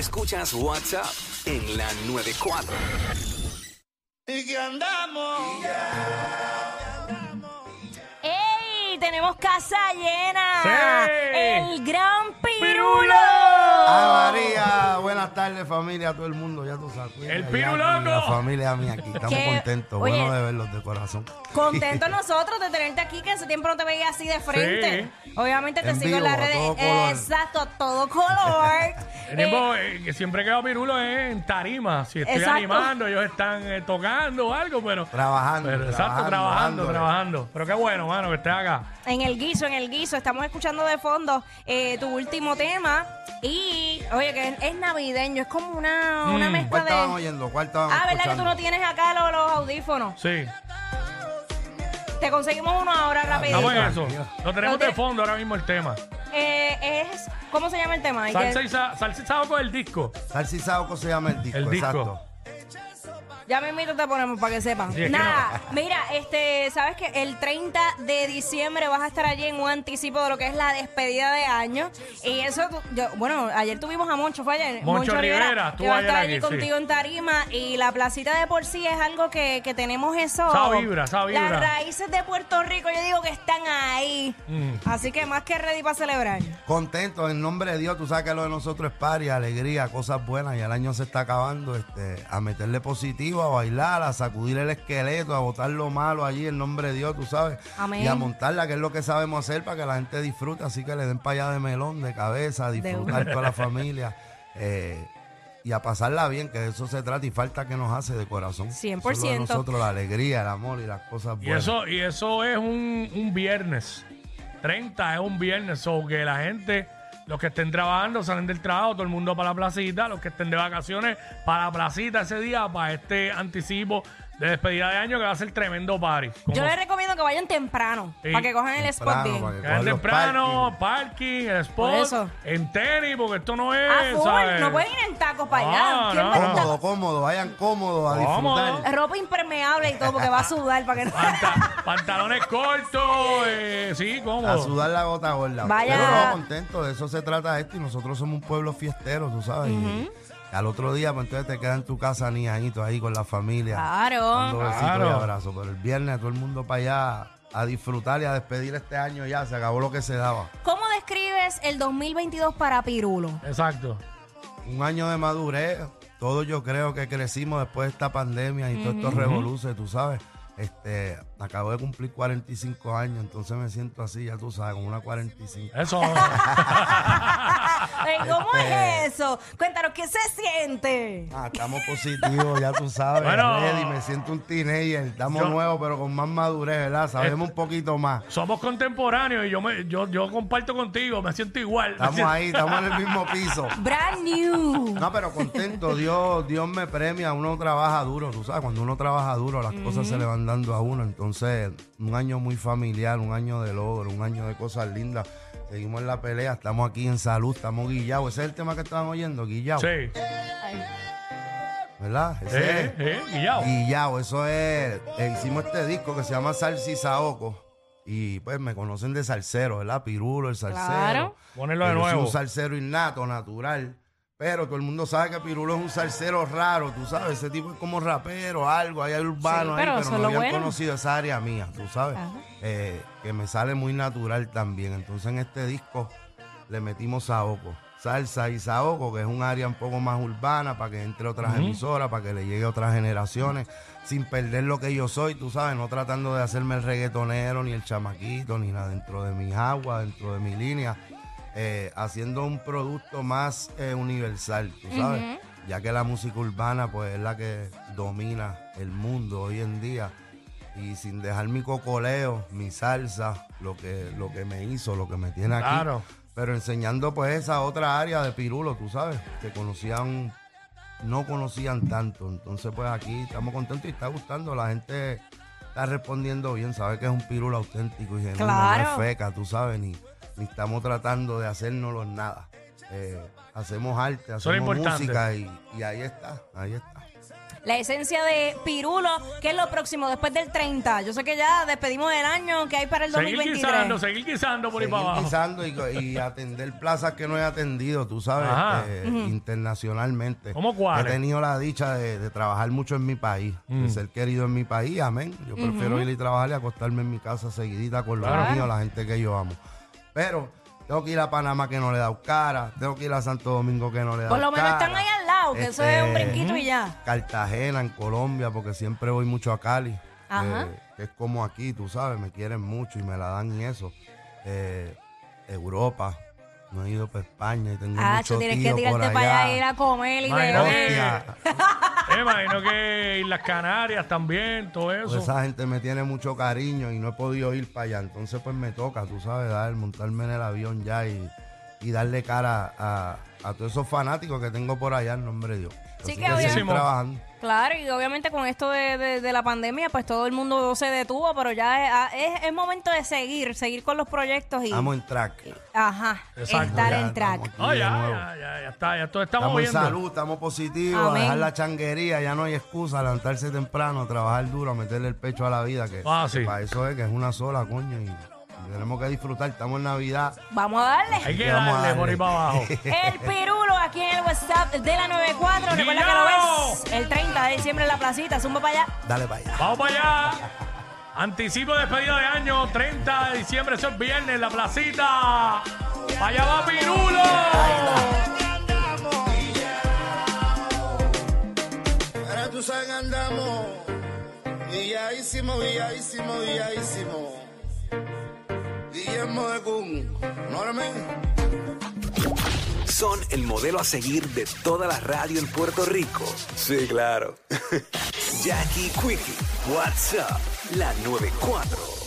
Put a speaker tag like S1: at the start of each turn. S1: Escuchas WhatsApp en la 94.
S2: Y que andamos.
S3: ¡Ey! Tenemos casa llena.
S4: Sí.
S3: El gran
S4: Pirulo.
S3: Pirulo. Oh.
S2: Ah, María, buenas tardes familia, a todo el mundo, ya tú sabes.
S4: El
S2: Ya,
S4: Piru
S2: ya,
S4: Loco.
S2: La familia mía aquí, estamos
S3: ¿Qué?
S2: contentos,
S3: Oye.
S2: bueno de verlos de corazón.
S3: Contentos nosotros de tenerte aquí, que hace tiempo no te veía así de frente. Obviamente te
S2: En
S3: sigo en
S2: vivo,
S3: las
S2: a
S3: redes.
S2: todo color.
S3: Exacto, a todo color.
S4: Tenemos, eh, que siempre que hago pirulo es en tarima. Si estoy
S3: Exacto.
S4: animando, ellos están eh, tocando o algo, pero.
S2: Trabajando,
S4: pero exacto,
S2: trabajando, eh.
S4: trabajando,
S2: dándole.
S4: trabajando. Pero qué bueno, mano, que estés acá.
S3: Eh, En el guiso, en el guiso. Estamos escuchando de fondo eh, tu último tema. Y, oye, que es, es navideño, es como una, una
S4: Mm.
S3: mezcla
S2: ¿Cuál
S3: de.
S2: estaban oyendo? ¿Cuál estaban
S3: Ah, ¿verdad que tú
S2: pues escuchando?
S3: no tienes acá los, los audífonos?
S4: Sí.
S3: Te conseguimos uno
S2: Ah,
S3: ahora rapidito.
S4: Estamos en eso.
S2: Dios.
S4: Lo tenemos
S3: Lo
S4: de
S3: te-
S4: fondo ahora mismo el tema.
S3: Eh, es, ¿Cómo se llama el tema? Hay
S4: Salsa
S3: que-
S4: y sa- salsa y sago con el disco.
S2: Salsa y Saoco se llama el disco,
S4: El disco.
S2: exacto.
S3: Ya mismito te ponemos para que sepan.
S4: Sí, es que
S3: Nada, mira, este, sabes que el 30 de diciembre vas a estar allí en un anticipo de lo que es la despedida de año. Y eso, tú- yo- bueno, ayer tuvimos a Moncho, fue ayer.
S4: Moncho Rivera,
S3: que
S4: estuvo
S3: va a
S4: ayer
S3: estar allí
S4: aquí, sí.
S3: contigo en Tarima. Y la placita de por sí es algo que, que tenemos eso.
S4: Esa vibra, esa vibra.
S3: Las raíces de Puerto Rico, yo digo que están ahí.
S4: Mm.
S3: Así que más que ready para celebrar.
S2: Contento, en nombre de Dios, tú sabes que lo de nosotros es party, alegría, cosas buenas, y el año se está acabando, este, a meterle positivo, a bailar, a sacudir el esqueleto, a botar lo malo allí, en nombre de Dios, tú sabes,
S3: Amén.
S2: y a montarla, que es lo que sabemos hacer para que la gente disfrute, así que le den para allá de melón, de cabeza, disfrutar toda la familia, eh, y a pasarla bien, que de eso se trata, y falta que nos hace de corazón. Eso es lo
S3: 100%.
S2: de nosotros, la alegría, el amor y las cosas
S4: Y
S2: buenas.
S4: eso, y eso es un, un viernes. 30 es un viernes. O que la gente, los que estén trabajando, salen del trabajo, todo el mundo para la placita. Los que estén de vacaciones, para la placita ese día, para este anticipo de despedida de año que va a ser tremendo party. Como
S3: Yo les recomiendo que vayan temprano
S4: Sí.
S3: para que cojan el spot
S2: Temprano,
S3: bien.
S2: para que
S4: que vayan
S2: cojan los
S4: temprano,
S2: parking.
S4: parking, el
S3: Por
S4: spot,
S3: eso.
S4: en tenis, porque esto no es.
S3: Ah, full,
S4: ¿sabes?
S3: no pueden ir en tacos para allá.
S4: Ah,
S3: ¿Quién
S4: no.
S3: va a
S2: Cómodo, cómodo, vayan cómodos a
S4: Cómodo.
S2: disfrutar.
S3: estar- Ropa impermeable y todo, porque va a sudar para que no.
S4: Panta- pantalones cortos, eh, sí,
S2: A
S4: cómodo.
S2: sudar la gota gorda.
S3: Vaya.
S2: Pero no, contento, de eso se trata esto. Y nosotros somos un pueblo fiestero, tú sabes. y al otro día, pues entonces te quedas en tu casa niñadito ahí con la familia.
S3: Claro.
S2: Dando besitos
S4: Claro.
S2: y abrazos. Pero el viernes todo el mundo para allá a disfrutar y a despedir este año ya. Se acabó lo que se daba.
S3: ¿Cómo describes el 2022 para Pirulo?
S4: Exacto.
S2: Un año de madurez. Todos yo creo que crecimos después de esta pandemia y todos estos revoluces, tú sabes. Este, acabo de cumplir 45 años, entonces me siento así, ya tú sabes, con una 45.
S4: Eso.
S3: Ey, ¿Cómo
S2: Este-
S3: es eso? Cuéntanos, ¿qué se siente?
S2: Ah, estamos positivos, ya tú sabes.
S4: Bueno.
S2: ready, me siento un teenager. Estamos
S4: Yo-
S2: nuevos, pero con más madurez, ¿verdad? Sabemos un poquito más.
S4: Somos contemporáneos y yo me, yo, yo comparto contigo, me siento igual. Me
S2: Estamos
S4: siento-
S2: ahí, estamos en el mismo piso.
S3: Brand new.
S2: No, pero contento. Dios, Dios me premia. Uno trabaja duro, tú sabes. Cuando uno trabaja duro, las cosas se le van dando a uno. Entonces, un año muy familiar, un año de logro, un año de cosas lindas. Seguimos en la pelea, estamos aquí en salud, estamos guillados. Ese es el tema que estaban oyendo, guillados.
S4: Sí.
S2: ¿Verdad? Ese es.
S4: Eh, eh, guillao.
S2: Guillao, eso es. eh, hicimos este disco que se llama Salsi Saoco. Y pues me conocen de salsero, ¿verdad? Pirulo, el salsero.
S3: Claro.
S4: Ponerlo de
S2: Pero soy
S4: nuevo.
S2: un salsero innato, natural. Pero todo el mundo sabe que Pirulo es un salsero raro, tú sabes. Ese tipo es como rapero, algo, ahí hay urbano
S3: Sí, pero
S2: ahí,
S3: eso
S2: pero no
S3: es lo
S2: habían
S3: bueno.
S2: conocido esa área mía, tú sabes.
S3: Ajá.
S2: Eh, que me sale muy natural también. Entonces en este disco le metimos saoco. Salsa y saoco, que es un área un poco más urbana para que entre otras emisoras, para que le llegue a otras generaciones, sin perder lo que yo soy, tú sabes, no tratando de hacerme el reggaetonero, ni el chamaquito, ni nada dentro de mis aguas, dentro de mi línea, eh, haciendo un producto más eh, universal, tú sabes, ya que la música urbana pues es la que domina el mundo hoy en día y sin dejar mi cocoleo, mi salsa, lo que, lo que me hizo, lo que me tiene aquí.
S4: Claro.
S2: Pero enseñando pues esa otra área de Pirulo, tú sabes, que conocían, no conocían tanto. Entonces pues aquí estamos contentos y está gustando, la gente está respondiendo bien, sabe que es un Pirulo auténtico y genuino,
S3: Claro.
S2: no es feca, tú sabes, ni, ni estamos tratando de hacernos nada. Eh, hacemos arte,
S4: es lo
S2: hacemos
S4: importante.
S2: música y, y ahí está, ahí está.
S3: la esencia de Pirulo. ¿Qué es lo próximo después del 30? Yo sé que ya despedimos el año que hay para el
S4: Seguir
S3: 2023.
S4: guisando, seguir guisando por ahí para
S2: Seguir
S4: abajo.
S2: pisando y, y atender plazas que no he atendido, tú sabes,
S4: Ajá.
S2: eh, internacionalmente.
S4: ¿Cómo cuáles? Mm.
S2: He tenido la dicha de, de trabajar mucho en mi país, de ser querido en mi país, amén. Yo prefiero ir y trabajar y acostarme en mi casa seguidita con los
S4: Claro.
S2: míos, la gente que yo amo. Pero tengo que ir a Panamá que no le he dado cara, tengo que ir a Santo Domingo que no le he dado
S3: Por
S2: cara.
S3: lo menos están ahí al lado, que eso es un
S2: Este,
S3: brinquito y ya.
S2: Cartagena, en Colombia, porque siempre voy mucho a Cali.
S3: Ajá.
S2: eh, que es como aquí, tú sabes, me quieren mucho y me la dan y eso. Eh, Europa, no he ido para España y tengo
S3: Ah,
S2: mucho
S3: tú tienes que
S2: tío por
S3: tirarte
S2: allá.
S3: para allá ir a comer y
S4: Ay,
S3: beber.
S2: Hostia,
S4: Me Eh, imagino que Islas Canarias también, todo eso.
S2: pues esa gente me tiene mucho cariño y no he podido ir para allá. Entonces, pues me toca, tú sabes, dar, montarme en el avión ya y, y darle cara a, a todos esos fanáticos que tengo por allá en nombre de Dios.
S3: Sí
S2: Así
S3: que
S2: que seguir
S4: obviamente-
S2: trabajando.
S3: Claro, y obviamente con esto de, de- de la pandemia, pues todo el mundo se detuvo, pero ya es, es- es momento de seguir, seguir con los proyectos y,
S2: Vamos en track.
S3: Eh, ajá,
S4: Exacto.
S3: estar
S2: Ya,
S3: en track.
S2: estamos aquí
S4: Ah,
S2: de
S4: ya,
S2: nuevo.
S4: ya, ya, ya está, ya todo estamos,
S2: Estamos en
S4: viendo.
S2: salud, estamos positivos, a
S3: Amén.
S2: dejar la changuería, ya no hay excusa, levantarse temprano, trabajar duro, meterle el pecho a la vida, que,
S4: Ah, sí.
S2: para eso es que es una sola, coño, y, y tenemos que disfrutar, estamos en Navidad.
S3: Vamos a darle.
S4: Hay que
S2: Ya vamos a
S4: darle por ahí
S2: darle.
S4: para abajo.
S3: El pirulo aquí en el WhatsApp de la 94. Recuerda que lo ves el 30 de diciembre en la placita. Zumba para allá.
S2: Dale para allá.
S4: Vamos para allá. Anticipo de despedida de año, 30 de diciembre, eso es viernes, en la placita. Para allá va Pirulo.
S5: Ahora tú sabes que andamos. Y ya hicimos, y ya hicimos, y ya hicimos. Guillermo de Kun, Norman.
S1: Son el modelo a seguir de toda la radio en Puerto Rico. Sí, claro. Jackie Quickie, WhatsApp, la 94.